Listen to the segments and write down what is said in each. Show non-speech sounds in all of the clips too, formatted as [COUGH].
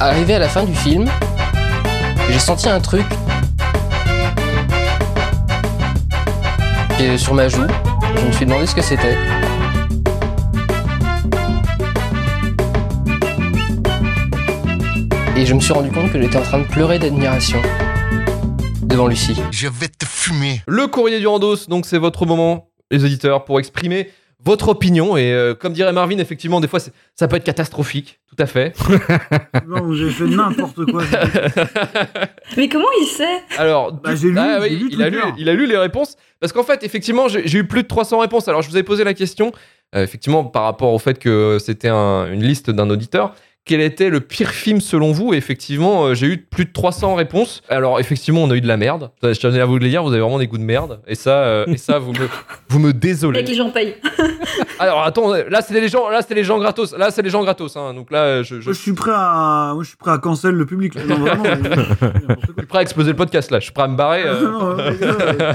Arrivé à la fin du film, j'ai senti un truc et sur ma joue. Je me suis demandé ce que c'était. Et je me suis rendu compte que j'étais en train de pleurer d'admiration devant Lucie. Je vais te fumer. Le courrier du Randos, donc c'est votre moment, les auditeurs, pour exprimer votre opinion. Et euh, comme dirait Marvin, effectivement, des fois, c'est- ça peut être catastrophique, tout à fait. Non, j'ai fait n'importe quoi. [LAUGHS] Mais comment il sait Alors, [LAUGHS] Bah, du- j'ai lu, ah, j'ai oui, lu il, a lu, Twitter. il a lu les réponses. Parce qu'en fait, effectivement, j'ai j'ai eu plus de 300 réponses. Alors, je vous avais posé la question, euh, effectivement, par rapport au fait que c'était un- une liste d'un auditeur. Quel était le pire film selon vous Et effectivement, euh, j'ai eu plus de 300 réponses. Alors, effectivement, on a eu de la merde. Ça, Je tenais à vous le dire, vous avez vraiment des goûts de merde. Et ça, euh, et ça vous, me, vous me désolez. Avec les gens [LAUGHS] payent. Alors, attends, là, c'était les gens, là, c'était les gens gratos. Là, c'est les gens gratos. hein. Donc là, euh, je, je- Moi, je suis prêt à, moi, je suis prêt à cancel le public. là. Non, vraiment. mais- n'importe je suis prêt à exploser le podcast, là. Je suis prêt à me barrer. quoi. euh. [LAUGHS] Non, mais, euh,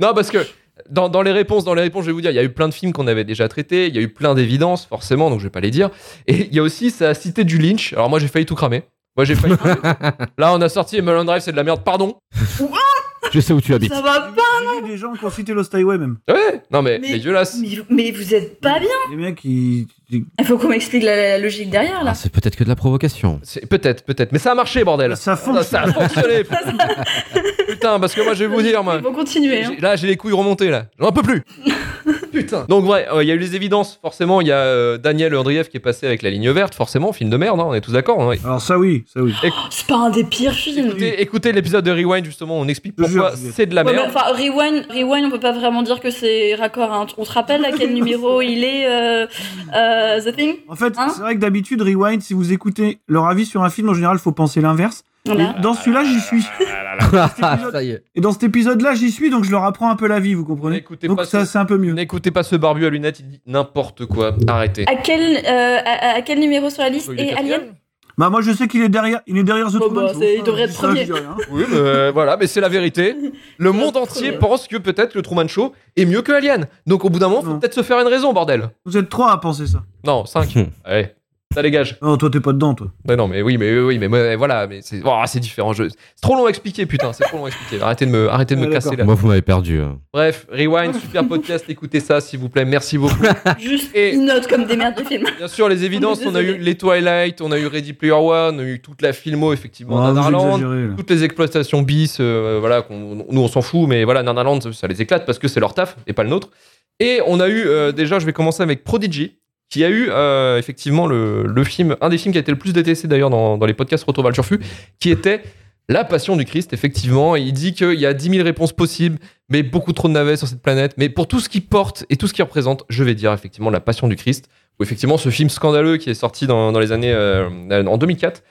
Non, parce que dans, dans les réponses, dans les réponses, je vais vous dire, il y a eu plein de films qu'on avait déjà traités, il y a eu plein d'évidences, forcément, donc je vais pas les dire. Et il y a aussi, ça a cité du Lynch. Alors moi, j'ai failli tout cramer. Moi, j'ai failli. [LAUGHS] Là, on a sorti Mulholland Drive, c'est de la merde. Pardon. Je sais où tu habites. Ça va pas euh, J'ai vu des gens qui ont cité Lost Highway même. Ah Ouais. Non, mais, Mais- mais dégueulasse. mais, mais vous êtes pas bien Les mecs, ils. ils- Il faut qu'on m'explique la, la logique derrière là. Ah, c'est peut-être que de [LAUGHS] la provocation. C'est- Peut-être, peut-être. Mais ça a marché, bordel. Ça, Ça fonce. ça a fonctionné. [LAUGHS] Putain, parce que moi, je vais vous dire, moi. Ils vont continuer. hein. J'ai- Là, j'ai les couilles remontées, là. J'en peux [LAUGHS] plus. Putain. Donc, ouais, euh, il y a eu les évidences. Forcément, il y a euh, Daniel Andrieff qui est passé avec la ligne verte. Forcément, film de merde, hein, on est tous d'accord. hein. Alors ça oui, ça oui. C'est pas un des pires films. Écoutez, écoutez l'épisode de Rewind, justement, on explique Je pourquoi jure, je- c'est de la Ouais, mais merde. enfin, Rewind, Rewind, on peut pas vraiment dire que c'est raccord. hein. On se rappelle à quel [LAUGHS] numéro il est, euh, euh, The Thing En fait, Hein c'est vrai que d'habitude, Rewind, si vous écoutez leur avis sur un film, en général, faut penser l'inverse. Voilà. Et dans celui-là, j'y suis. ça y est. Et dans cet épisode-là, j'y suis, donc je leur apprends un peu la vie, vous comprenez N'écoutez Donc pas ça, ce- c'est un peu mieux. N'écoutez pas ce barbu à lunettes, il dit n'importe quoi. Arrêtez. À quel, euh, à, à quel numéro sur la liste Il est Et quatrième Alien Bah moi, je sais qu'il est derrière, il est derrière The Bon, Truman, bah, c'est pour c'est- ça, il devrait je être dis ça, je premier. dis rien. hein. Oui, mais euh, voilà, mais c'est la [LAUGHS] vérité. Le monde entier pense que peut-être le Truman Show est mieux que Alien. Donc au bout d'un moment, faut Non. peut-être se faire une raison, bordel. Vous êtes trois à penser ça. Non, 5. Allez, ça dégage. Non, toi, t'es pas dedans, toi. Mais Bah non, mais oui, mais oui, mais, mais voilà, mais c'est oh, c'est différent. Je... C'est trop long à expliquer, putain, c'est trop long à expliquer. Arrêtez de me, arrêtez de me Ouais, casser là. [LAUGHS] Moi, vous m'avez perdu. hein. Bref, Rewind, super podcast, écoutez ça s'il vous plaît. Merci beaucoup. Juste, Et- il note comme des merdes [LAUGHS] de films. Bien sûr, les évidences, on a eu Désolé. les Twilight, on a eu Ready Player One, on a eu toute la filmo, effectivement, Ah, vous Nanarland, exagérez, là. toutes les exploitations bis, euh, voilà, qu'on- nous on s'en fout, mais voilà, Nanarland, ça, ça les éclate parce que c'est leur taf et pas le nôtre. Et on a eu, euh, déjà, je vais commencer avec Prodigy, qui a eu, euh, effectivement, le, le film, un des films qui a été le plus détesté d'ailleurs dans, dans les podcasts Retour vers le Turfu, qui était La Passion du Christ, effectivement. Et il dit qu'il y a 10 000 réponses possibles, mais beaucoup trop de navets sur cette planète. Mais pour tout ce qu'il porte et tout ce qu'il représente, je vais dire, effectivement, La Passion du Christ où effectivement ce film scandaleux qui est sorti dans, dans les années euh, en 2004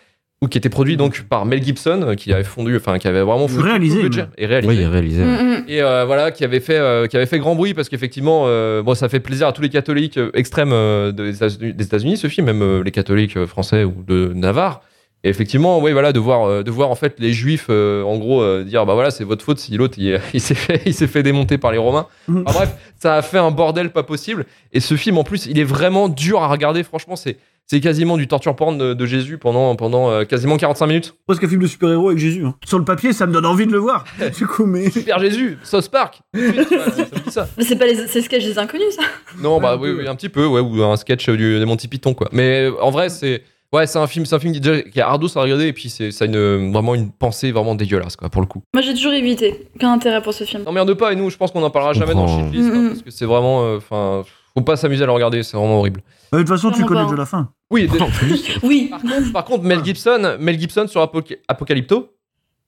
ou qui était produit donc par Mel Gibson euh, qui avait fondu enfin qui avait vraiment foutu Réalisé, tout le budget même. et réalisé Oui, réalisé. Mm, et euh, voilà qui avait fait euh, qui avait fait grand bruit parce qu'effectivement euh, bon ça fait plaisir à tous les catholiques euh, extrêmes euh, des États-Unis des États-Unis, ce film même euh, les catholiques euh, français ou de Navarre et effectivement oui voilà de voir euh, de voir en fait les juifs euh, en gros euh, dire bah voilà c'est votre faute si l'autre il, euh, [LAUGHS] il s'est fait il s'est fait démonter par les romains Mhm. Enfin, bref ça a fait un bordel pas possible et ce film en plus il est vraiment dur à regarder franchement c'est c'est quasiment du torture porn de, de Jésus pendant pendant euh, quasiment 45 minutes Presque un film de super-héros avec Jésus. hein. Sur le papier, ça me donne envie de le voir. [LAUGHS] du coup, mais... Père Jésus Sauce Park Tout de suite, tu vois, ça me dit ça Mais c'est pas les, c'est ce que des inconnus, ça. Non, Ouais, bah un oui, peu, oui, ouais. un petit peu, ouais, ou un sketch euh, du, des Monty Python, quoi. Mais euh, en vrai, c'est. Ouais, c'est un film, c'est un film qui, déjà- qui est ardos à regarder, et puis c'est, ça a une, euh, vraiment une pensée vraiment dégueulasse, quoi, pour le coup. Moi, j'ai toujours évité. Aucun intérêt pour ce film. N'emmerde pas, et nous, je pense qu'on en parlera Je jamais dans comprends. Shitlist, hein, Mhm. parce que c'est vraiment. Enfin, faut pas s'amuser à le regarder, c'est vraiment horrible. Euh, De toute façon, tu Vraiment connais pas, déjà hein. la fin. Oui, [LAUGHS] En Ah. plus, Oui. par, contre, par contre, Mel Gibson, Mel Gibson sur Apoca- Apocalypto,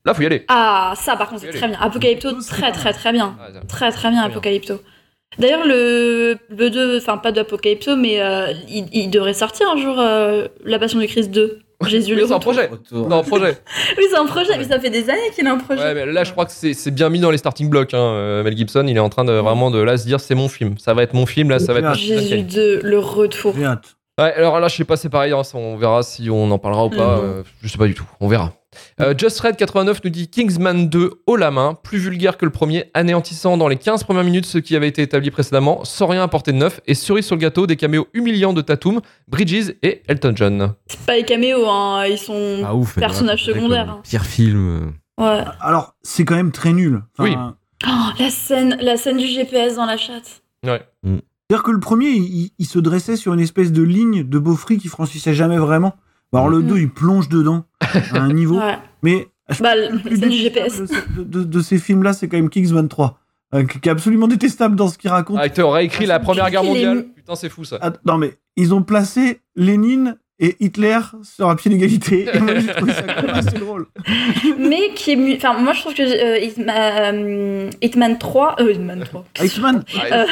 là, faut y aller. Ah, ça, par contre, c'est très bien. Apocalypto, très, très, très bien. Ah, ça- Très très Très bien bien. Apocalypto. D'ailleurs le, le 2, enfin pas d'Apocalypto, mais euh, il, il devrait sortir un jour euh, La Passion du Christ 2. Jésus Oui, le c'est un retour. projet. C'est un [LAUGHS] projet. Oui c'est un projet, mais ça fait des années qu'il a un projet. Ouais, mais là, je crois que c'est, c'est bien mis dans les starting blocks. Hein. euh, Mel Gibson, il est en train de vraiment de là se dire, c'est mon film. Ça va être mon film, là, ça va être. Ah, mon film. Jésus 2, le retour. J'ai hâte. Ouais, alors là, je sais pas, c'est pareil, hein, ça, on verra si on en parlera ou pas. Mhm. euh, je sais pas du tout, on verra. Euh, Just Red 89 nous dit Kingsman 2 haut la main, plus vulgaire que le premier, anéantissant dans les 15 premières minutes ce qui avait été établi précédemment, sans rien apporter de neuf, et cerise sur le gâteau, des caméos humiliants de Tatum, Bridges et Elton John. C'est pas les caméos, hein, ils sont. Ah ouf. mais Personnage voilà, secondaire, comme hein. Pire film. euh. Ouais. Alors, c'est quand même très nul. Oui. Oh, la scène, la scène du GPS dans la chatte. Ouais. C'est-à-dire que le premier, il, il se dressait sur une espèce de ligne de Beaufry qui franchissait jamais vraiment. Bah, Alors le Mm. 2, il plonge dedans à un niveau. [LAUGHS] Ouais. Mais Bah, [LAUGHS] la scène du GPS. de, ce- de- de- de ces films-là, c'est quand même Kings 23, euh, qui, qui est absolument détestable dans ce qu'il raconte. Ah, et t'aurais écrit la première guerre Il est- mondiale. Putain, c'est fou ça. Ah, non mais ils ont placé Lénine et Hitler sur un pied d'égalité. Et moi, j'ai trouvé ça quand même assez drôle. Mais qui est. mu- Enfin, moi je trouve que euh, Hitman, euh, Hitman 3. Euh, Hitman 3. Eichmann, Ah,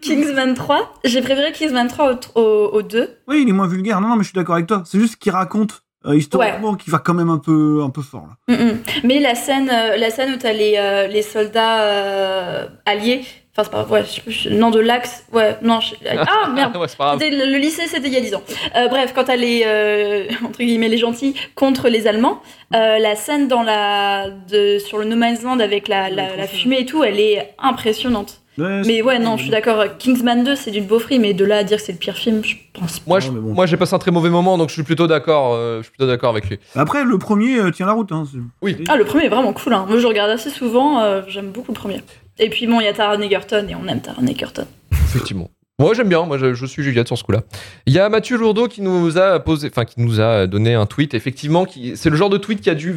Kingsman 3. J'ai préféré Kingsman 3 au, au, au 2. oui, il est moins vulgaire. Non, non, mais je suis d'accord avec toi. C'est juste qu'il raconte euh, historiquement qui va quand même un peu, un peu fort. Là. Mm, mm. Mais la scène, euh, la scène où t'as les, euh, les soldats euh, alliés. Enfin, c'est pas. Ouais, je sais plus, je- non, de l'Axe. Ouais, non. je- [LAUGHS] Ah merde! ouais, c'est pas grave. C'était le, le lycée, c'était il y a 10 ans. Euh, bref, quand elle est, euh, [LAUGHS] entre guillemets, les gentils contre les Allemands, euh, la scène dans la, de, sur le No Man's Land avec la, la, la fumée et tout, elle est impressionnante. Ouais, c'est- Mais ouais, non, je suis d'accord. Kingsman 2, c'est du Beaufry, mais de là à dire que c'est le pire film, je pense pas. Moi, je- Non, mais bon. moi, j'ai passé un très mauvais moment, donc je suis plutôt d'accord. euh, je suis plutôt d'accord avec lui. Après, le premier euh, tient la route. Hein. C'est- Oui. Ah, le premier est vraiment cool. Hein. Moi, je regarde assez souvent. euh, J'aime beaucoup le premier. Et puis bon, il y a Taron Egerton et on aime [LAUGHS] Taron Egerton. Effectivement. Moi j'aime bien, moi je, je suis Juliette sur ce coup-là. Il y a Mathieu Lourdeau qui nous a posé, enfin qui nous a donné un tweet, effectivement, qui, c'est le genre de tweet qui a dû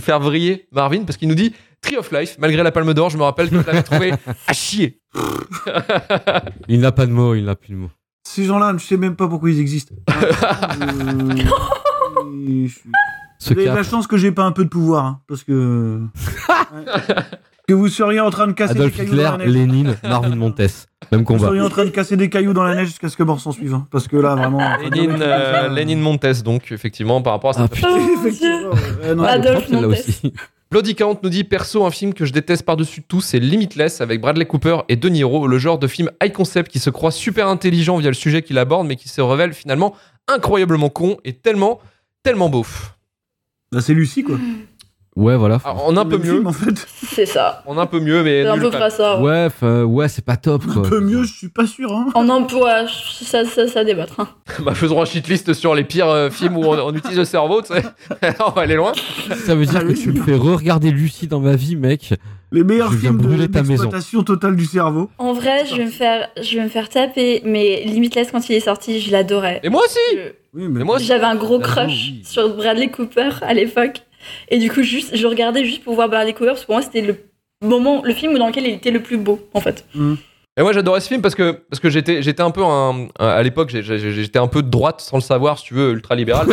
faire vriller Marvin parce qu'il nous dit Tree of Life, malgré la palme d'or, je me rappelle que je l'avais trouvé [LAUGHS] à chier. Il n'a pas de mots, il n'a plus de mots. Ces gens-là, je sais même pas pourquoi [LAUGHS] ils existent. Euh, et je- Ce Vous avez de la cap, chance que j'ai pas un peu de pouvoir, hein, parce que [LAUGHS] Ouais. que vous seriez en train de casser Adolf des cailloux dans Hitler, la neige. Lénine, Marvin Montes. Même Vous combat. seriez en train de casser des cailloux dans la neige jusqu'à ce que mort s'en suive, hein, parce que là vraiment. enfin, Lénine, non, euh, mais- Lénine Montes, donc effectivement, par rapport à ça. Ah putain. Oh, mon Dieu. [LAUGHS] Effectivement, ouais, non, Ah, elle est Adolphe forte, celle-là Montes. aussi. Bloody Count nous dit perso, un film que je déteste par-dessus tout, c'est Limitless avec Bradley Cooper et De Niro, le genre de film high concept qui se croit super intelligent via le sujet qu'il aborde, mais qui se révèle finalement incroyablement con et tellement, tellement beauf. bah, c'est Lucie quoi. Ouais, voilà. Alors, en Ah, un peu Le mieux, film, en fait. C'est ça. en un peu mieux, mais [LAUGHS] C'est un nul peu quand près ça. ouais. Ouais, enfin, ouais, c'est pas top Un quoi. peu mieux, je suis pas sûr. Hein. En emploi, ça, ça, ça débattre. hein. même. Bah, faisons un shitlist sur les pires euh, films où on, on utilise le cerveau, tu sais. [LAUGHS] on va aller loin. Ça veut Ah dire que tu me fais re-regarder Lucie dans ma vie, mec. Les meilleurs Je viens films de brûler ta maison. l'exploitation totale du cerveau. En vrai, je vais me faire, je vais me faire taper, mais Limitless quand il est sorti, je l'adorais. Et moi aussi Je- Oui, Mais [LAUGHS] moi aussi J'avais un gros Ah, crush oui. sur Bradley Cooper à l'époque, et du coup, juste, je regardais juste pour voir Bradley Cooper parce que pour moi, c'était le moment, le film dans lequel il était le plus beau, en fait. Et moi j'adorais ce film parce que, parce que j'étais, j'étais un peu un, un- à l'époque, j'ai- j'ai- j'étais un peu de droite sans le savoir, si tu veux, [LAUGHS] ultra-libéral.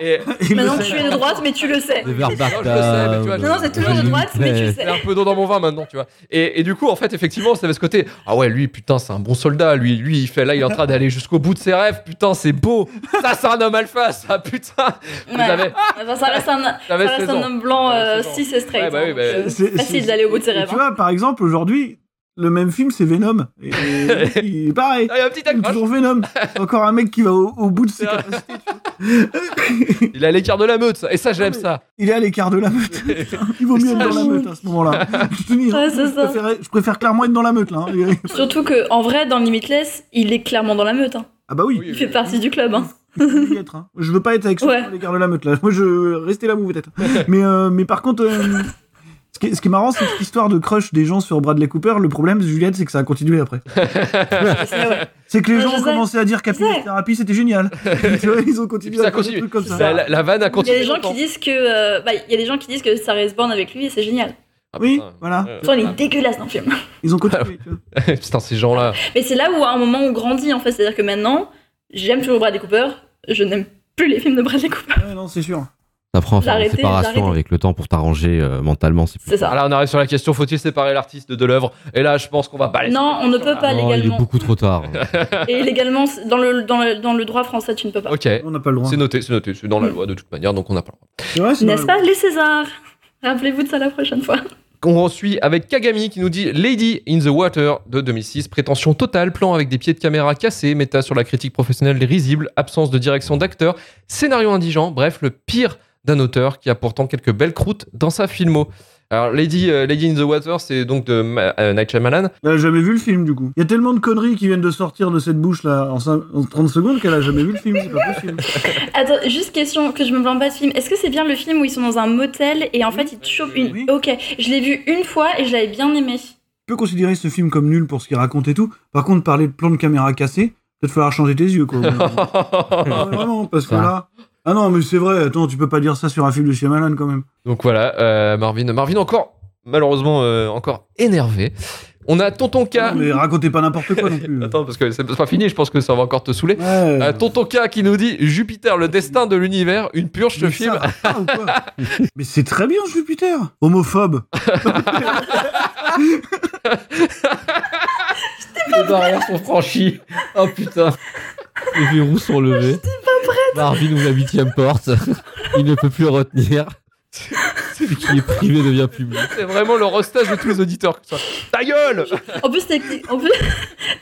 et Il le Maintenant, sait. tu es de droite, mais tu le sais. Des verbes Non, je le sais, euh, mais tu vois, Non, non, c'est toujours de droite, mais tu le c'est sais. un peu d'eau dans mon vin maintenant, tu vois. Et, et du coup, en fait, effectivement, ça avait ce côté. Ah ouais, lui, putain, c'est un bon soldat. Lui, lui, il fait là, il est en train d'aller jusqu'au bout de ses rêves. Putain, c'est beau. Ça, c'est un homme alpha, ça, putain. Vous Ouais. avez, Enfin, ça reste un, ça j'avais reste 16 un ans. homme blanc J'avais euh, 16 ans. cis et straight. Ouais, bah oui, hein, bah, donc, euh, C'est- facile c'est- d'aller au bout de ses Et rêves. Tu vois, par exemple, aujourd'hui, le même film, c'est Venom. [LAUGHS] Et, et- il est pareil. Ah, il y a un petit C'est accroche. toujours Venom. C'est encore un mec qui va au, au bout de ses capacités. tu vois. Il est à l'écart de la meute, ça. et ça, j'aime ça. Il est à l'écart de la meute. [LAUGHS] Il vaut mieux être dans la meute à ce moment-là. Je te dis, Ouais, c'est je, ça. préférais- je préfère clairement être dans la meute là. hein. hein. Surtout que, en vrai, dans Limitless, il est clairement dans la meute. hein. Ah bah oui. Il fait partie du club. Hein. Il faut y être, hein. Je veux pas être avec ça Ouais. à l'écart de la meute là. Moi, je restez là où [LAUGHS] vous êtes. Mais euh, mais par contre. euh, Ce qui, est, ce qui est marrant, c'est que cette histoire de crush des gens sur Bradley Cooper, le problème, Juliette, c'est que ça a continué après. C'est vrai. C'est que les Ouais, je gens ont sais. commencé à dire sais. thérapie c'était [LAUGHS] génial. Tu vois, ils ont Et continué puis ça à faire des continue. trucs comme ça. Bah, Ça, la, la vanne a Il y a continué. des gens longtemps. qui disent que, euh, bah, il y a des gens qui disent que Sarah Born avec lui et c'est génial. Ah, Oui, putain. voilà. Euh, Pourtant, il est dégueulasse dans le film. Ils ont continué. tu vois. [LAUGHS] putain, ces gens-là. Mais c'est là où à un moment on grandit en fait, c'est-à-dire que maintenant, j'aime toujours Bradley Cooper, je n'aime plus les films de Bradley Cooper. Ah Ouais, non, c'est sûr. T'apprends à faire une L'arrêter, séparation l'arrêter. avec le temps pour t'arranger euh, mentalement. C'est plus... C'est ça. Ah, là, on arrive sur la question faut-il séparer l'artiste de l'œuvre Et là, je pense qu'on va balayer. Non, on ne peut pas Non, il est légalement. beaucoup trop tard. [LAUGHS] Et légalement, c'est- dans le, dans, le, dans le droit français, tu ne peux pas. Ok, On n'a pas le droit. c'est noté, c'est noté, c'est dans la loi de toute manière, donc on n'a pas le droit. C'est vrai, c'est N'est-ce dans pas, les Césars Rappelez-vous de ça la prochaine fois. On suit avec Kagami qui nous dit Lady in the Water de 2006, prétention totale, plan avec des pieds de caméra cassés, méta sur la critique professionnelle des risibles, absence de direction d'acteur, scénario indigent, bref, le pire d'un auteur qui a pourtant quelques belles croûtes dans sa filmo. Alors Lady, euh, Lady in the Water, c'est donc de Ma- euh, Night Shyamalan. Elle a Bah, jamais vu le film du coup. Il y a tellement de conneries qui viennent de sortir de cette bouche là en, cin- en 30 secondes qu'elle a jamais vu le film, c'est pas possible. Attends, juste question que je me plante pas de film. Est-ce que c'est bien le film où ils sont dans un motel et en fait ils te chopent une. Oui. Ok, je l'ai vu une fois et je l'avais bien aimé. Tu peux considérer ce film comme nul pour ce qu'il raconte et tout. Par contre, parler de plan de caméra cassé, peut-être falloir changer tes yeux [LAUGHS] quoi. Ah, vraiment, parce que Ça. là. Ah non, mais c'est vrai, attends, tu peux pas dire ça sur un film de Shyamalan quand même. [LAUGHS] Donc voilà, euh, Marvin, Marvin encore, malheureusement, euh, encore énervé. On a Tonton K. Non, mais racontez pas n'importe quoi non plus. Attends, parce que c'est pas fini, je pense que ça va encore te saouler. Ouais. Euh, Tonton K qui nous dit Jupiter, le destin de l'univers, une purge ce Mais film. ça va pas ou quoi [LAUGHS] Mais c'est très bien Jupiter. [LAUGHS] Homophobe. Les barrières sont [LAUGHS] franchies. Oh putain. Les verrous sont levés. Marvin ouvre la huitième porte. Il ne peut plus retenir. Celui qui est privé devient public. C'est vraiment le rostage de tous les auditeurs. ça. Ta gueule En plus, techni- en plus,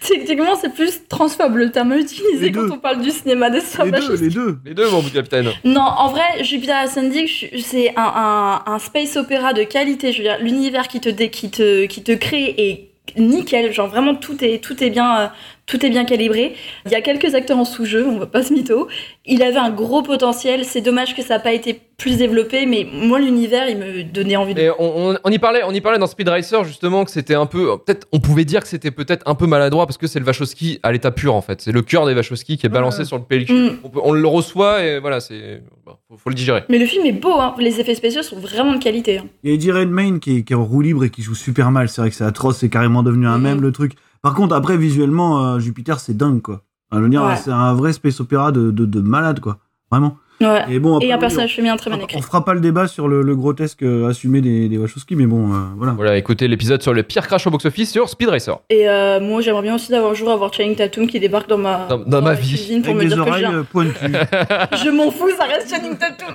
[LAUGHS] techniquement, c'est plus transphobe le terme utilisé Les quand deux. on parle du cinéma des les deux, les deux. Les deux, mon bout de capitaine. Non, en vrai, Jupiter Ascending, je- c'est un, un- un space opéra de qualité. Je veux dire, l'univers qui te, dé- qui te, qui te crée est nickel. Genre vraiment, tout est, tout est bien, euh, tout est bien calibré. Il y a quelques acteurs en sous-jeu, on va pas se mytho. Il avait un gros potentiel. C'est dommage que ça n'a pas été plus développé, mais moi, l'univers, il me donnait envie de. Et on, on- on y parlait, on y parlait dans Speed Racer justement que c'était un peu, euh, peut-être, on pouvait dire que c'était peut-être un peu maladroit parce que c'est le Wachowski à l'état pur en fait. C'est le cœur des Wachowski qui est balancé Ouais. sur le pellicule. Mm. On, peut- on le reçoit et voilà, c'est, bon, faut, faut le digérer. Mais le film est beau, hein. les effets spéciaux sont vraiment de qualité. hein. Il y a Eddie Redmayne qui est, qui est en roue libre et qui joue super mal. C'est vrai que c'est atroce, c'est carrément devenu un Mhm. mème le truc. Par contre, après visuellement, euh, Jupiter c'est dingue quoi. Enfin, je veux dire, Ouais. c'est un vrai space opéra de, de, de malade quoi. Vraiment. Ouais. Et bon, après, Et un oui, personnage féminin très on, Ah, bien écrit. on fera pas le débat sur le, le grotesque euh, assumé des, des Wachowski, mais bon, euh, voilà. Voilà, écoutez l'épisode sur le pire crash au box-office sur Speed Racer. Et euh, moi, j'aimerais bien aussi d'avoir un jour avoir Channing Tatum qui débarque dans ma, Dans- dans ma la vie. cuisine pour Avec me des dire que je oreilles viens. euh, [LAUGHS] pointues. Je m'en fous, ça reste Channing [LAUGHS] Tatum.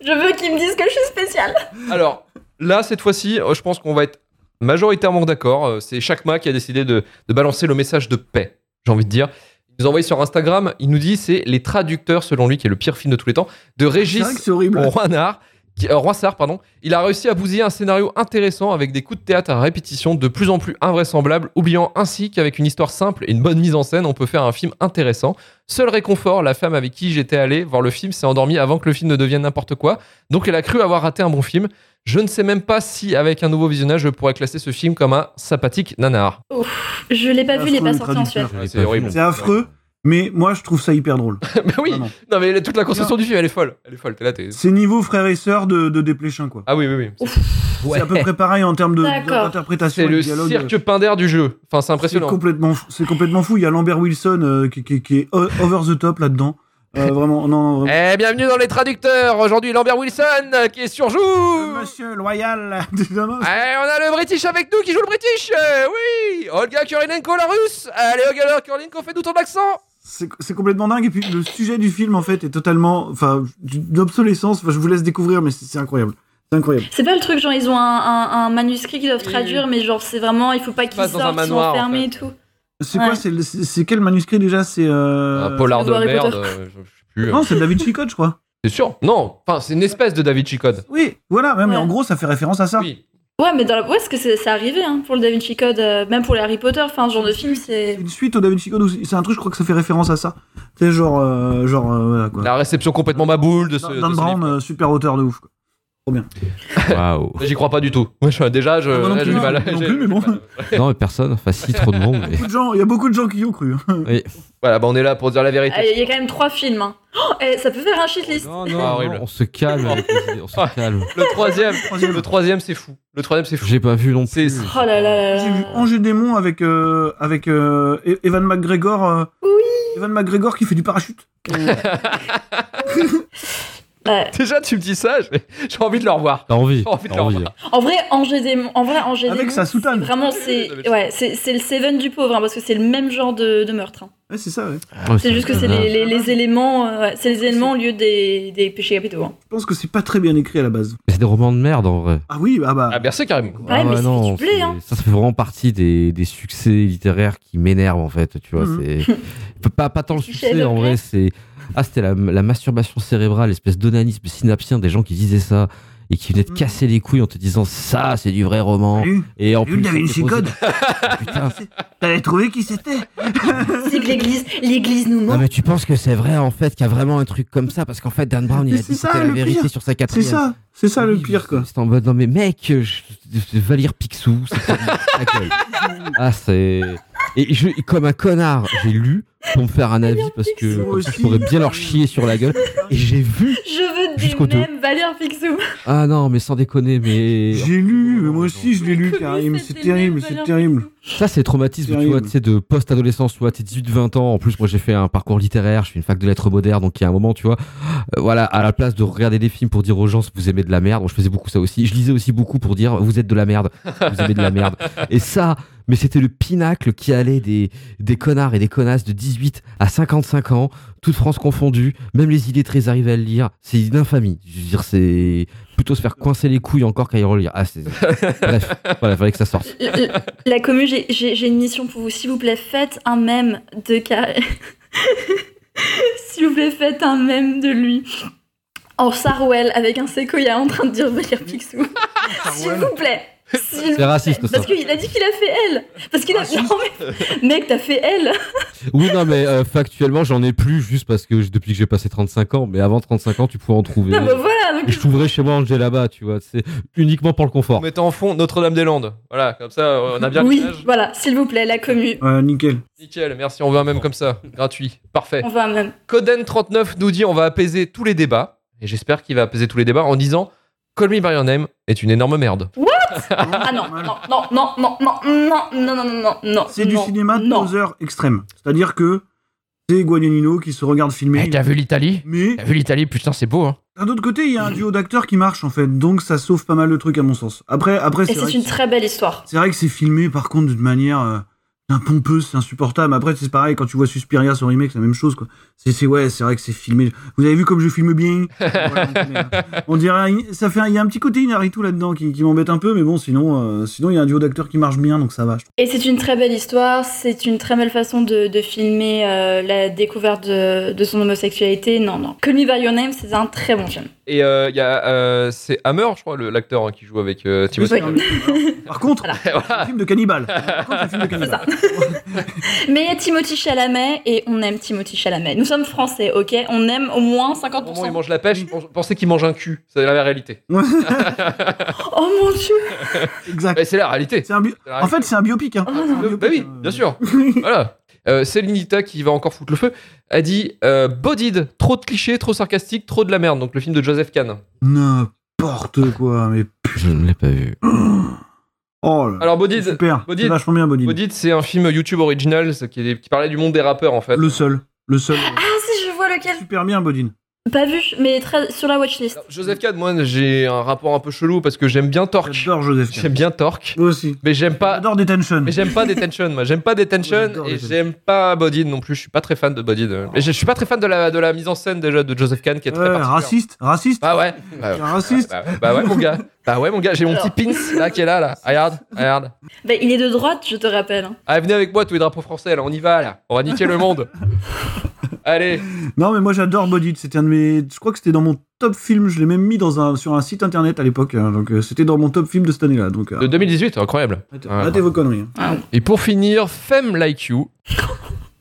je veux qu'ils me disent que je suis spéciale. Alors là, cette fois-ci, euh, je pense qu'on va être majoritairement d'accord. Euh, C'est Chakma qui a décidé de, de balancer le message de paix, j'ai envie de dire. Il nous a envoyé sur Instagram, il nous dit c'est Les Traducteurs, selon lui, qui est le pire film de tous les temps, de C'est vrai que Régis c'est horrible. Roinard, qui, euh, Roissard, pardon, il a réussi à bousiller un scénario intéressant avec des coups de théâtre à répétition de plus en plus invraisemblables, oubliant ainsi qu'avec une histoire simple et une bonne mise en scène, on peut faire un film intéressant. Seul réconfort, la femme avec qui j'étais allé voir le film s'est endormie avant que le film ne devienne n'importe quoi, donc elle a cru avoir raté un bon film. Je ne sais même pas si, avec un nouveau visionnage, je pourrais classer ce film comme un sympathique nanar. Je l'ai pas vu, il est pas Affreux, sorti en Suède. Je l'ai Ah, c'est pas vu. horrible. C'est affreux, mais moi je trouve ça hyper drôle. [LAUGHS] Mais oui, Vraiment. non mais toute la construction du film, elle est folle. Elle est folle, t'es là, t'es... C'est niveau frère et sœur de, de Desplechin, quoi. Ah oui, oui, oui. C'est à peu près pareil en termes de- D'accord. d'interprétation C'est et de le dialogue. cirque Pinder du jeu. Enfin, c'est C'est impressionnant. complètement, fou- c'est complètement fou. Il y a Lambert Wilson euh, qui, qui- qui est o- over the top là-dedans. [LAUGHS] Euh, vraiment, non, non, vraiment. Eh, bienvenue dans les traducteurs. Aujourd'hui, Lambert Wilson euh, qui est sur joue. Euh, Monsieur [LAUGHS] Loyal, évidemment. Eh, on a le British avec nous qui joue le British. euh, oui, Olga Kurinenko, la russe. Allez, Olga Kurinenko, fais-nous ton accent. c'est c'est complètement dingue. Et puis le sujet du film en fait est totalement, enfin, d'obsolescence. Enfin, je vous laisse découvrir, mais c'est c'est incroyable. C'est incroyable. C'est pas le truc, genre ils ont un, un- un manuscrit qu'ils doivent Oui, traduire, mais genre c'est vraiment, il faut pas qu'ils passe dans un sortent, ils sont manoir, en enfermés fait. et tout. C'est Ouais. quoi C'est le- c'est c'est quel manuscrit déjà C'est euh... Un polar de Harry merde. Potter. euh, je- je sais plus. Non, c'est de David Chicotte, je crois. C'est sûr. Non, enfin, c'est une espèce de David Chicode. Oui, voilà. ouais, Mais Ouais. en gros, ça fait référence à ça. Oui. Ouais, mais dans la... ouais, parce que c'est c'est arrivé hein, pour le Da Vinci Code, euh, même pour les Harry Potter, enfin, ce genre de film, c'est. Une suite au Da Vinci Code, ou c'est un truc, je crois que ça fait référence à ça. C'est genre, euh, genre, euh, voilà quoi. La réception complètement maboule de ce. de Dan ce Brown, livre. euh, super auteur de ouf. Quoi. [LAUGHS] Waouh. J'y crois pas du tout. Moi, je- déjà, je. Ah, moi non là, j'ai plus, du mal. non j'ai- plus, mais bon. Non, mais personne. Enfin, si, trop de monde. Mais... Beaucoup de gens- Il y a beaucoup de gens qui y ont cru. hein. Voilà, bah, on est là pour dire la vérité. Ah, Il y a quand même trois films. hein. Oh, eh, ça peut faire un shitlist. Non, Ah, non, horrible. non, on se [LAUGHS] calme. avec les idées, On se calme. Le [LAUGHS] troisième, Troisième. le [LAUGHS] troisième, c'est fou. Le troisième, c'est fou. J'ai pas vu non C'est- plus. Oh là là là là. J'ai vu Angers Démon avec, euh, avec euh, E- Evan McGregor. euh, Oui. [LAUGHS] Evan McGregor qui fait du parachute. Ouais. [LAUGHS] Déjà, tu me dis ça, j'ai j'ai envie de le revoir. T'as envie. J'ai envie de T'as le envie. revoir. En vrai, Angers Démon, en vrai, Angers Avec Démon, sa soutane. c'est Vraiment, Oui, oui, c'est oui. ouais, c'est c'est le Seven du pauvre, hein, parce que c'est le même genre de, de meurtre. hein. Ouais, c'est ça, ouais. Ouais, C'est juste que c'est Ouais. les, les- les éléments, euh, ouais, c'est les éléments au lieu des, des péchés capitaux. hein. Je pense que c'est pas très bien écrit à la base. C'est des romans de merde en vrai. Ah oui, ah bah. Ah, merci carrément. Ouais, mais c'est du blé, c'est- hein. ça, ça fait vraiment partie des, des succès littéraires qui m'énervent en fait. Tu vois, Mhm. [LAUGHS] c'est P- pas, pas tant le Petit chef succès en d'œuvre. vrai, c'est ah c'était la, la masturbation cérébrale, l'espèce d'onanisme synapsien des gens qui disaient ça et qui venaient te Mhm. casser les couilles en te disant ça c'est du vrai Ah roman. Salut, Et en Salut, plus, Da Vinci c'était posé- [LAUGHS] Code. Ah, Putain, T'avais trouvé qui c'était C'est que l'église, l'église nous non ment. mais tu penses que c'est vrai en fait qu'il y a vraiment un truc comme ça parce qu'en fait Dan Brown il Mais a c'est dit ça, c'était la le vérité pire. sur sa C'est quatrième. ça, c'est ça le pire, quoi. C'est en mode non mais mec, je, je va lire Picsou. c'est pas- [LAUGHS] ta gueule. ah c'est et je et comme un connard j'ai lu pour me faire un avis parce que Picsou comme ça, je aussi. pourrais bien leur chier sur la gueule et j'ai vu Je veux Jusqu'au des deux. mêmes Valère [LAUGHS] Picsou. ah non mais sans déconner mais J'ai lu, mais moi aussi je l'ai lu, Karim. C'est terrible, c'est terrible. ça c'est le traumatisme tu Terrible. vois tu sais de post-adolescence tu vois t'es 18-20 ans en plus moi j'ai fait un parcours littéraire je suis une fac de lettres modernes donc il y a un moment tu vois euh, voilà à la place de regarder des films pour dire aux gens si vous aimez de la merde moi je faisais beaucoup ça aussi je lisais aussi beaucoup pour dire vous êtes de la merde vous aimez de la merde et ça mais c'était le pinacle qui allait des, des connards et des connasses de 18 à 55 ans toute France confondue même les idées très arrivées à le lire c'est une infamie je veux dire c'est plutôt se faire coincer les couilles encore qu'à y relire ah c'est bref voilà fallait que ça sorte La, la- la commu, j'ai- j'ai j'ai une mission pour vous. S'il vous plaît, faites un mème de Karim. [LAUGHS] S'il vous plaît, faites un mème de lui. En Sarwell, avec un séquoia en train de dire Valère Picsou. [LAUGHS] S'il vous plaît. s'il vous c'est Ah, plaît. raciste ça Parce qu'il a dit qu'il a fait elle. Parce qu'il a. Non, mais. Mec, t'as fait elle. Oui, non, mais euh, factuellement, j'en ai plus juste parce que je- depuis que j'ai passé 35 ans. Mais avant 35 ans, tu pouvais en trouver. Non, [LAUGHS] bah voilà. Et donc- je trouverais chez moi Angela-Bas, tu vois. C'est uniquement pour le confort. En mettant en fond Notre-Dame-des-Landes. Voilà, comme ça, on a bien Oui, l'image. voilà. S'il vous plaît, la commu. Ouais, nickel. Nickel, merci, on veut un même comme ça. Gratuit, parfait. On va à même. Coden39 nous dit on va apaiser tous les débats. Et j'espère qu'il va apaiser tous les débats en disant Call Me By Your Name est une énorme merde. Ah non, non, non, non, non, non, non, non, non, non, non, non. C'est du non, cinéma de non. deux heures extrême. C'est-à-dire que c'est Guadagnino qui se regarde filmer. Eh, vu l'Italie Mais vu l'Italie Putain, c'est beau, hein. d'un autre côté, il y a un duo d'acteurs qui marche en fait, donc ça sauve pas mal le truc à mon sens. Après, après Et c'est vrai, c'est une que- très belle histoire. c'est vrai que c'est filmé par contre d'une manière euh, d'un pompeuse, c'est insupportable. Après, c'est pareil quand tu vois Suspiria sur remake, c'est la même chose quoi. C'est c'est- ouais, c'est vrai que c'est filmé. Vous avez vu comme je [LAUGHS] filme bien Voilà, on connaît, hein. On dirait un- ça fait un- il y a un petit côté Inaritu là-dedans qui, qui m'embête un peu, mais bon, sinon euh, sinon il y a un duo d'acteurs qui marche bien, donc ça va. je trouve. Et c'est une très belle histoire, c'est une très belle façon de, de filmer euh, la découverte de, de son homosexualité. Non, non. Call Me By Your Name, c'est un très bon film. Et euh, il y a. euh, c'est Hammer, je crois, le- l'acteur hein, qui joue avec euh, Timothy. Oui. Par contre, Voilà. un film de [LAUGHS] cannibale. Par contre, un film de cannibale. Mais il y a Timothy Chalamet et on aime Timothy Chalamet. Nous sommes français, ok On aime au moins Au moment où il 50%. mange la pêche, je pensais qu'il mange un cul. C'est la réalité. Oh mon dieu Exact. Mais c'est la réalité. C'est un bi- C'est la En fait, c'est un biopic. Hein. Oh non. C'est un biopic, Ah Bah oui, hein. bien [LAUGHS] sûr. voilà. Euh, Céline Ita, qui va encore foutre le feu, a dit euh, Bodied, trop de clichés, trop sarcastique, trop de la merde. Donc le film de Joseph Kahn. N'importe quoi, mais. Je ne l'ai pas vu. Oh là. Alors c'est Bodied, Super. Bodid. C'est vachement bien, Bodid. Bodied c'est un film YouTube original ce qui, est- qui parlait du monde des rappeurs en fait. Le seul. Le seul. Ah si, je vois lequel Super bien, Bodid. Pas vu, mais très, sur la watchlist. Alors, Joseph Kahn, moi j'ai un rapport un peu chelou parce que j'aime bien Torque. J'adore Joseph. Kahn. J'aime bien Torque, Moi aussi. mais j'aime pas. J'adore Detention. Mais j'aime pas Detention, moi. J'aime pas Moi, Detention j'adore et Detention. j'aime pas Bodied non plus. Je suis pas très fan de Bodied. Et je je suis pas très fan de la, de la mise en scène déjà de Joseph Kahn qui est très Ouais, particulière. raciste. Raciste. Bah ouais. Bah ouais. C'est un raciste. Bah, bah ouais mon gars, bah ouais mon gars, j'ai mon petit pins là qui est là là, regarde, regarde. Bah, il est de droite, je te rappelle. hein. Allez venez avec moi tous les drapeaux français là, on y va là, on va niquer le monde. Allez, Non, mais moi j'adore Bodid. C'était un de mes. Je crois que c'était dans mon top film. Je l'ai même mis dans un... sur un site internet à l'époque. hein. Donc euh, c'était dans mon top film de cette année-là. Donc euh, de Ah, 2018, incroyable. arrêtez arrêtez vos conneries. hein. Et pour finir, Femme Like You,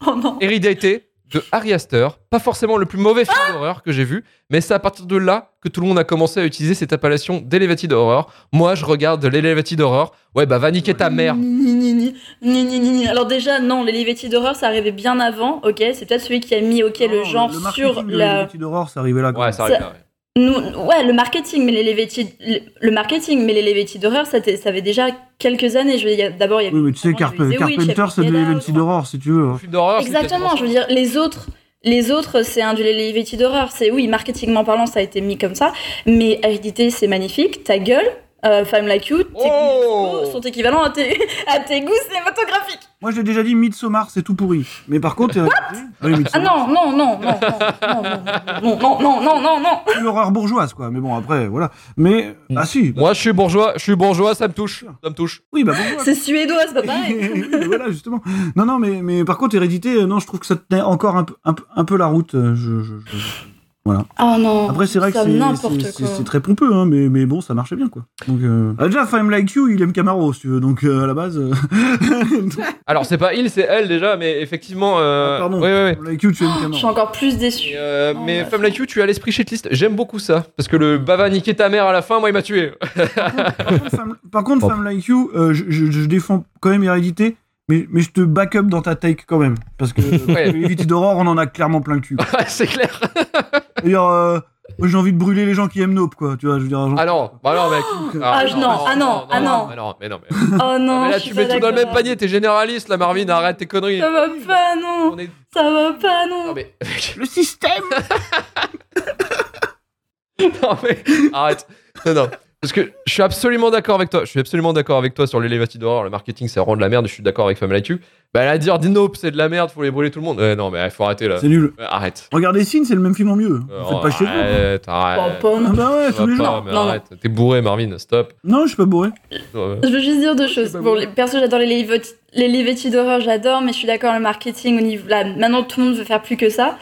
Oh non Hérédité de Harry Astor, pas forcément le plus mauvais film d'horreur que j'ai vu, mais c'est à partir de là que tout le monde a commencé à utiliser cette appellation d'Elevated Horror. Moi, je regarde l'Elevated Horror. Ouais, bah va niquer ta mère. Ni, ni, ni, ni, ni, ni, ni. Alors déjà, non, les Livetti d'horreur, ça arrivait bien avant, ok C'est peut-être celui qui a mis, ok, Non, le genre le marketing sur de la... Bodid d'horreur, c'est arrivé là. quand Ouais, même. ça arrive. là, ouais. Nous, ouais, le marketing, mais les Livetti- le, le marketing, mais les Livetti d'horreur, ça, t'est- ça avait déjà quelques années. Je veux dire, il y a- d'abord, il y avait... Oui, mais tu sais, avant, il y Carpe- avait The Witch, il y Carpenter, avait c'est de Get Out. l'Eleventy d'horreur, si tu veux. hein. Le film d'horreur. c'est Exactement, quasiment je veux dire, les autres... Les autres, c'est un duel Lévéti d'horreur. C'est oui, marketingment parlant, ça a été mis comme ça. Mais à éditer, c'est magnifique. Ta gueule, euh, Femme Like You, tes goûts Oh musicaux sont équivalents à tes, [LAUGHS] à tes goûts cinématographiques. Moi, je l'ai déjà dit, Midsommar, c'est tout pourri. Mais par contre, euh, oui, Ah Midsommar, non, non, non, non, non, non, non, non, non, non, non, non. c'est l'horreur bourgeoise, quoi. Mais bon, après, voilà. Mais Mm. ah si, bah, Moi, je suis bourgeois, je suis bourgeois, ça me touche. Ça me touche. oui, bah bourgeois. [LAUGHS] C'est suédois, c'est pas pareil. [LAUGHS] Oui, mais voilà, justement. Non, non, mais, mais par contre, Hérédité, euh, non, je trouve que ça tenait encore un, peu- un, peu- un peu la route. euh, Je, je- je- Oh non. Après, c'est vrai que ça, c'est- n'importe c'est- c'est quoi. c'est très pompeux, hein, mais, mais bon, ça marchait bien, quoi. Donc, euh, ah, déjà, Fame Like You, il aime Camaro, si tu veux. Donc, euh, à la base, euh, [LAUGHS] Alors, c'est pas il, c'est elle déjà, mais effectivement. euh, Ah, pardon. ouais, ouais, ouais. Fame Like You, tu aimes Je suis Camaro. encore plus déçue. Et, [LAUGHS] euh, Oh, mais bah, Femme Like You, tu as l'esprit shitlist. J'aime beaucoup ça. Parce que le bava niquer ta mère à la fin, moi, il m'a tué. [LAUGHS] Par contre, Fame- Par contre, Fame Like You, euh, je, je- je défends quand même Hérédité. Mais, mais je te back up dans ta take quand même. Parce [LAUGHS] que Ouais. euh, Éviter d'Aurore, on en a clairement plein le cul. c'est clair. D'ailleurs, euh, moi, j'ai envie de brûler les gens qui aiment Nope, quoi. Tu vois, je veux dire, genre- euh, Ah non, bah non, mec. Ah, je- non, ah non, ah non. Mais non, mais non. Mais, Oh non. Ah, mais là, je suis tu mets pas tout dans le même d'accord. panier, t'es généraliste, la Marvin, arrête tes conneries. Ça va pas, non. On est- [LAUGHS] Ça va pas, non. Non, mais. [LAUGHS] Le système non, mais. Arrête. Non, non. Parce que je suis absolument d'accord avec toi. Je suis absolument d'accord avec toi sur l'élevati d'horreur. Le marketing, ça rend de la merde. Je suis d'accord avec Femme Like You. Bah, là, dire Dinope, c'est de la merde, faut les brûler tout le monde. Ouais, non, mais il faut arrêter là. C'est nul. Ouais, Arrête. Regardez Signe, c'est le même film en mieux. Euh, Faites pas chier. vous. arrête, Bah, arrête. pas, Ah non. bah ouais, Ça tous va les jours. pas, mais Non, non. arrête. T'es bourré, Marvin, stop. Non, je suis pas bourré. Euh, Je veux juste dire deux choses. Bon, les, perso, j'adore les Levi- les Levetti d'horreur, j'adore, mais je suis d'accord, le marketing, au niveau, là, maintenant tout le monde veut faire plus que ça.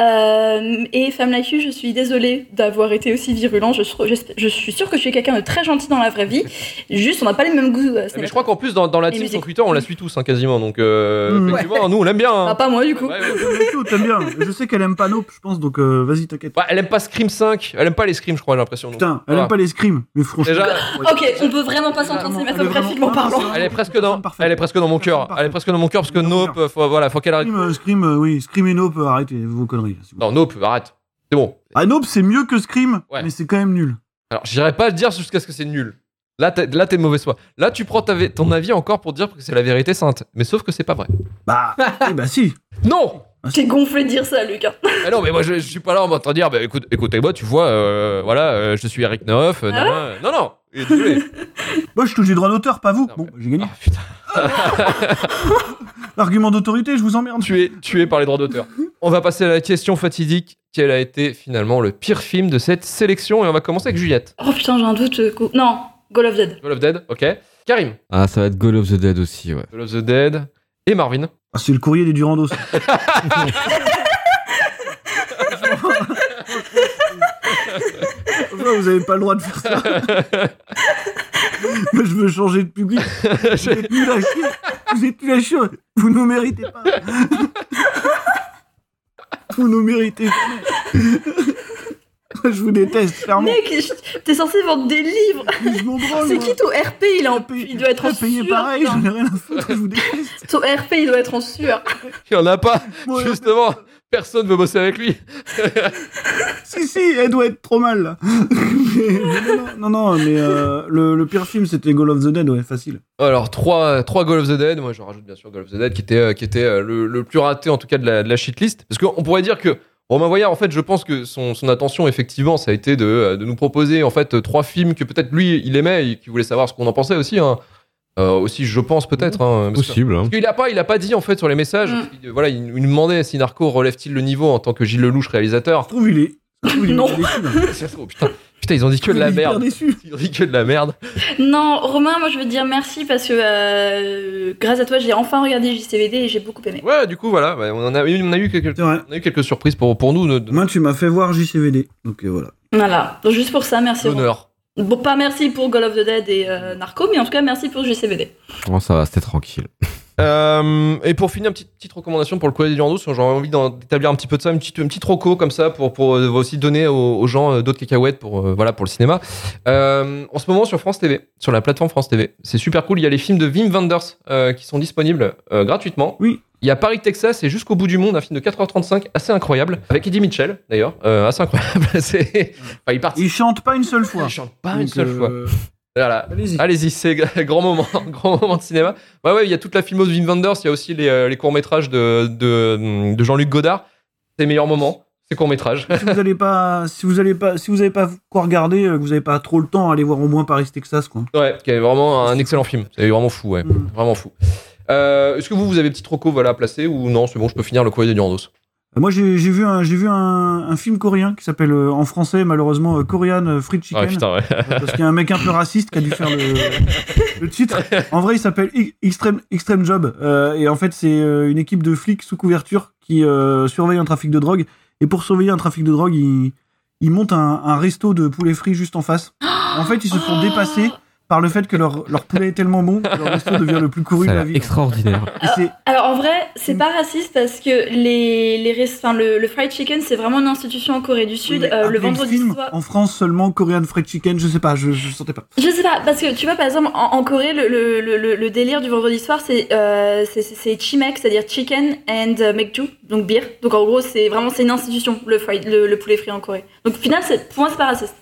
Euh, et Femme Like You, je suis désolée d'avoir été aussi virulent. Je, suis- je- je suis sûre que je suis quelqu'un de très gentil dans la vraie vie. Juste, on n'a pas les mêmes goûts. euh, Mais je cinéma. crois qu'en plus, dans, dans la Et team sur musique. Twitter, on la suit tous hein, quasiment. Donc, euh, Mm. effectivement, nous, on l'aime bien. hein. Bah, pas moi, du coup. Ouais, ouais. Femme Like You, T'aimes bien. Je sais qu'elle aime pas Nope, je pense, donc euh, vas-y, t'inquiète. Ouais, elle aime pas Scream 5. Elle aime pas les Scream, je crois, j'ai l'impression. donc. Putain, elle Voilà. aime pas les scrims, mais franchement. Déjà, Ok, on peut vraiment pas s'entendre Vraiment, cinématographiquement vraiment, parlant. vraiment, elle est presque dans, Parfait. elle est presque dans mon cœur. Parfait. Elle est presque dans mon cœur parce que Parfait. Nope, euh, faut, voilà, faut qu'elle arrête. Scream, euh, Scream, euh, oui, Scream et Nope, euh, arrêtez vos conneries. s'il vous plaît. Non, Nope, arrête. C'est bon. Ah, Nope, c'est mieux que Scream, Ouais. mais c'est quand même nul. Alors, j'irai pas dire jusqu'à ce que c'est nul. Là, t'es, là, t'es de mauvaise foi. Là, tu prends ta vé- ton avis encore pour dire que c'est la vérité sainte. Mais sauf que c'est pas vrai. [LAUGHS] Bah, eh bah si. Non T'es gonflé de dire ça, hein. Lucas. Ah non, mais moi, je, je suis pas là en mode de dire, bah, écoute, écoutez-moi, tu vois, euh, voilà, euh, je suis Eric Neuf. euh, Ah nan, nan. non, non, Et désolé. Moi, je touche des droits d'auteur, pas vous. Non, bon, mais- j'ai gagné. Ah, putain. Argument d'autorité, je vous emmerde. tué, tué par les droits d'auteur. On va passer à la question fatidique. Quel a été finalement le pire film de cette sélection Et on va commencer avec Juliette. Oh putain, j'ai un doute. euh, co- Non, Goal of Dead. Call of Dead, ok. Karim, Ah, ça va être Goal of the Dead aussi, ouais. Call of the Dead. Et Marvin. [LAUGHS] Ah, c'est le courrier des Durandos. Franchement, vous avez pas le droit de faire [LAUGHS] ça. Moi, je veux changer de public. Vous êtes nuls à chier. Vous êtes nuls à chier. Vous nous méritez pas. Vous nous méritez pas. Je vous déteste, fermement. Mec, je- t'es censé vendre des livres. Je m'en branle. C'est moi. qui ton RP il, est en... Payé- il doit être en Payé sueur. pareil, putain. j'en ai rien à foutre, je [LAUGHS] vous déteste. Ton RP, il doit être en sueur. Il y en a pas. Moi, Justement, personne veut bosser avec lui. Si, si, elle doit être trop mal. là. [LAUGHS] Mais- mais non, non, non, mais euh, le, le pire film, c'était Goal of the Dead, ouais, facile. Alors, trois, trois Call of the Dead. Moi, je rajoute bien sûr Call of the Dead, qui était, euh, qui était euh, le, le plus raté, en tout cas, de la, de la shitlist. Parce qu'on pourrait dire que Romain Voyard, en fait, je pense que son, son attention, effectivement, ça a été de, euh, de nous proposer, en fait, euh, trois films que peut-être lui, il aimait et qu'il voulait savoir ce qu'on en pensait aussi. hein. Euh, aussi, je pense, peut-être. hein, parce que- Possible, hein. Parce qu'il a pas, il a pas dit en fait sur les messages. Mm. il- voilà, il, il nous demandait si Narco relève-t-il le niveau en tant que Gilles Lelouch [LAUGHS] réalisateur. Je trouve il est. je trouve il est Non. déçu, là. Oh, putain, putain, ils ont dit [LAUGHS] que de la Il est hyper merde. déçu. Ils ont dit que de la merde. Non, Romain, moi je veux te dire merci parce que euh, grâce à toi, j'ai enfin regardé JCVD et j'ai beaucoup aimé. Ouais, du coup voilà, ouais, on en a, eu- on a eu quelques, C'est vrai. on a eu quelques surprises pour pour nous de, de- Moi, tu m'as fait voir JCVD, donc euh, voilà. Voilà, Donc, juste pour ça, merci. Romain. d'honneur. Bon, pas merci pour Call of the Dead et euh, Narco, mais en tout cas, merci pour JCVD. Oh, ça va, c'était tranquille. Euh, et pour finir, une petite, petite recommandation pour le courrier du Rando, j'ai envie d'en- d'établir un petit peu de ça, une petite, une petite roco comme ça pour, pour euh, aussi donner aux, aux gens euh, d'autres cacahuètes pour, euh, voilà, pour le cinéma. Euh, en ce moment, sur France TV, sur la plateforme France TV, c'est super cool. Il y a les films de Wim Wenders euh, qui sont disponibles euh, gratuitement. Oui. Il y a Paris, Texas et Jusqu'au bout du monde, un film de 4h35 assez incroyable, avec Eddie Mitchell d'ailleurs, euh, assez incroyable. [LAUGHS] C'est- enfin, il participe. Il chante pas une seule fois. Il chante pas Donc, une seule fois. euh, Voilà, Allez-y. Allez-y, c'est [LAUGHS] grand moment, grand moment de cinéma. Ouais, ouais, il y a toute la filmose de Wim Wenders, il y a aussi les, euh, les courts-métrages de, de, de Jean-Luc Godard. ses meilleurs moments, ses [LAUGHS] courts-métrages. si vous n'allez pas, si vous allez pas, si vous avez pas quoi regarder, euh, que vous n'avez pas trop le temps, allez voir au moins Paris Texas quoi. Ouais, qui est vraiment un excellent film. C'est vraiment fou, ouais. Mm. Vraiment fou. Euh, Est-ce que vous, vous avez petit troco voilà, à placer ou non C'est bon, je peux finir le courrier de Durandos. Euh, Moi j'ai j'ai vu un j'ai vu un, un film coréen qui s'appelle euh, en français malheureusement euh, Korean Fried Ah Chicken putain, ouais. [LAUGHS] euh, parce qu'il y a un mec un peu raciste qui a dû faire le, le titre. En vrai il s'appelle I- Extreme Extreme Job euh, et en fait c'est euh, une équipe de flics sous couverture qui euh, surveille un trafic de drogue et pour surveiller un trafic de drogue ils ils montent un, un resto de poulet frit juste en face. En fait ils se font Oh. dépasser par le fait que leur, leur poulet est tellement bon que leur resto devient le plus couru de la Ça a hein. l'air ville. extraordinaire. Et c'est- Alors en vrai, c'est Mm. pas raciste parce que les, les restes- enfin, le, le fried chicken, c'est vraiment une institution en Corée du Sud. Oui, mais Euh, appeler le vendredi film soir. En France seulement, Korean Fried Chicken, je sais pas, je, je sentais pas. Je sais pas, parce que tu vois, par exemple, en, en Corée, le, le, le- le- le délire du vendredi soir, c'est euh, c'est- c'est- c'est chimek, c'est-à-dire chicken and euh, mekju, donc bière. Donc en gros, c'est vraiment c'est une institution, le, fried, le, le poulet frit en Corée. Donc au final, c'est- pour moi, c'est pas raciste.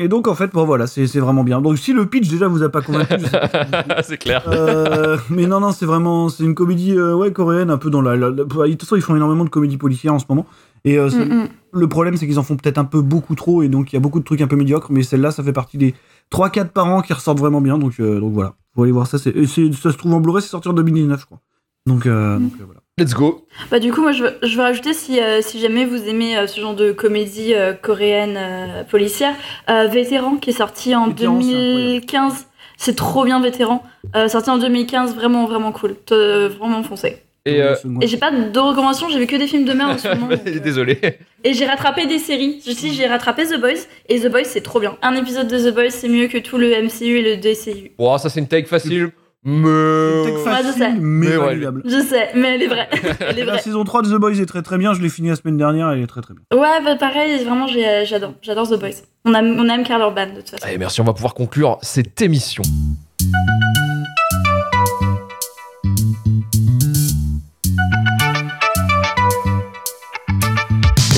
Et donc en fait, bon voilà, c'est c'est vraiment bien. Donc si le pitch déjà vous a pas convaincu, je sais pas. Ah, c'est clair. [LAUGHS] Euh, mais non non, c'est vraiment, c'est une comédie euh, ouais coréenne, un peu dans la, la- la- De toute façon, ils font énormément de comédies policières en ce moment. Et euh, c'est- le problème, c'est qu'ils en font peut-être un peu beaucoup trop, et donc il y a beaucoup de trucs un peu médiocres. Mais celle-là, ça fait partie des 3-4 par an qui ressortent vraiment bien. Donc euh, donc voilà, faut aller voir ça. C'est et c'est- ça se trouve en Blu-ray, c'est sorti en 2019, je crois. Donc, Mm. euh, donc, euh, voilà. Let's go. Bah du coup, moi, je veux, je veux rajouter, si, euh, si jamais vous aimez euh, ce genre de comédie euh, coréenne euh, policière, euh, Vétéran, qui est sorti en Vétéran, c'est incroyable. 2015. C'est trop bien, Vétéran. Euh, sorti en 2015, vraiment, vraiment cool. Te- vraiment foncé. Et, euh, Second. Et j'ai pas de recommandations, j'ai vu que des films de merde en [LAUGHS] ce moment. donc, euh, [LAUGHS] Désolé. Et j'ai rattrapé des séries. Je dis, j'ai rattrapé The Boys. Et The Boys, c'est trop bien. Un épisode de The Boys, c'est mieux que tout le MCU et le DCU. Bon, ça c'est une take facile. Tech Mais. fa- facile, Ouais, je sais. mais Mais ouais, validable. Je sais, mais elle [LAUGHS] est vraie. Elle est La vraie. saison 3 de The Boys est très très bien, je l'ai fini la semaine dernière, elle est très très bien. Ouais, bah pareil, vraiment, j'ai- euh, j'adore. J'adore The Boys. On aime, on aime Karl Urban, de toute façon. Allez, merci, on va pouvoir conclure cette émission.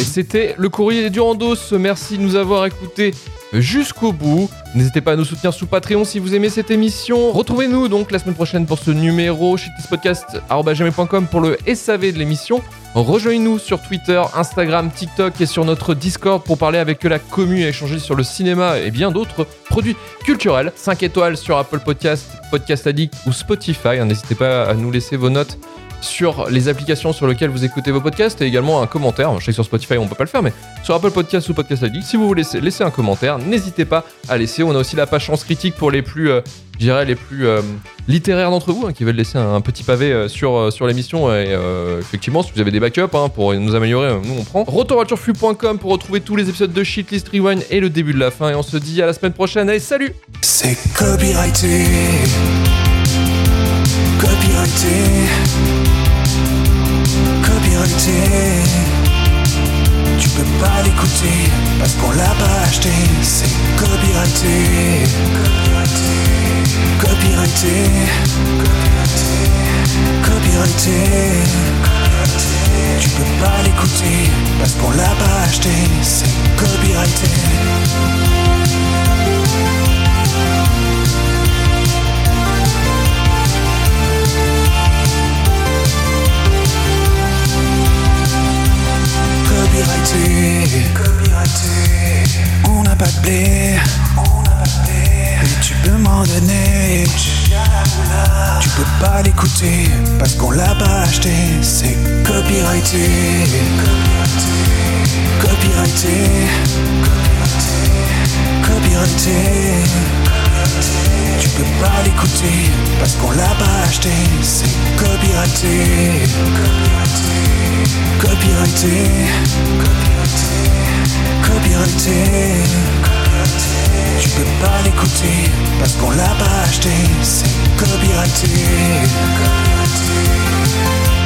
Et c'était le courrier des Durandos. Merci de nous avoir écoutés jusqu'au bout. N'hésitez pas à nous soutenir sous Patreon si vous aimez cette émission. Retrouvez-nous donc la semaine prochaine pour ce numéro shitpodcast.com pour le SAV de l'émission. Rejoignez-nous sur Twitter, Instagram, TikTok et sur notre Discord pour parler avec la commu et échanger sur le cinéma et bien d'autres produits culturels. 5 étoiles sur Apple Podcast, Podcast Addict ou Spotify. Hein, N'hésitez pas à nous laisser vos notes sur les applications sur lesquelles vous écoutez vos podcasts et également un commentaire. Je sais que sur Spotify on peut pas le faire, mais sur Apple Podcast ou Podcast Addict, si vous voulez laisser, laisser un commentaire, n'hésitez pas à laisser. On a aussi la page chance critique pour les plus, euh, je dirais, les plus euh, littéraires d'entre vous hein, qui veulent laisser un, un petit pavé euh, sur, euh, sur l'émission. Et euh, effectivement, si vous avez des backups hein, pour nous améliorer, euh, nous on prend. Retourvoitureflux.com pour retrouver tous les épisodes de Shitlist Rewind et le début de la fin. Et on se dit à la semaine prochaine. Allez, salut C'est copyrighté. Copyrighté. Copyrighté. Tu peux pas l'écouter parce qu'on l'a pas acheté. C'est copyrighté. Copyrighté. Copyrighté. Copyrighté. Copyrighté. Tu peux pas l'écouter parce qu'on l'a pas acheté. C'est copyrighté. Copyrighté, copyrighté. On n'a pas de blé, on n'a pas de blé. Et tu peux m'en donner, tu peux pas l'écouter parce qu'on l'a pas acheté. C'est copyrighté, copyrighté, copyrighté, copyrighté. Tu peux pas l'écouter parce qu'on l'a pas acheté. C'est copyrighté, copyrighté. Copyrighté Copyrighté Copyrighté Tu peux pas l'écouter parce qu'on l'a pas acheté C'est copyrighté Copyrighté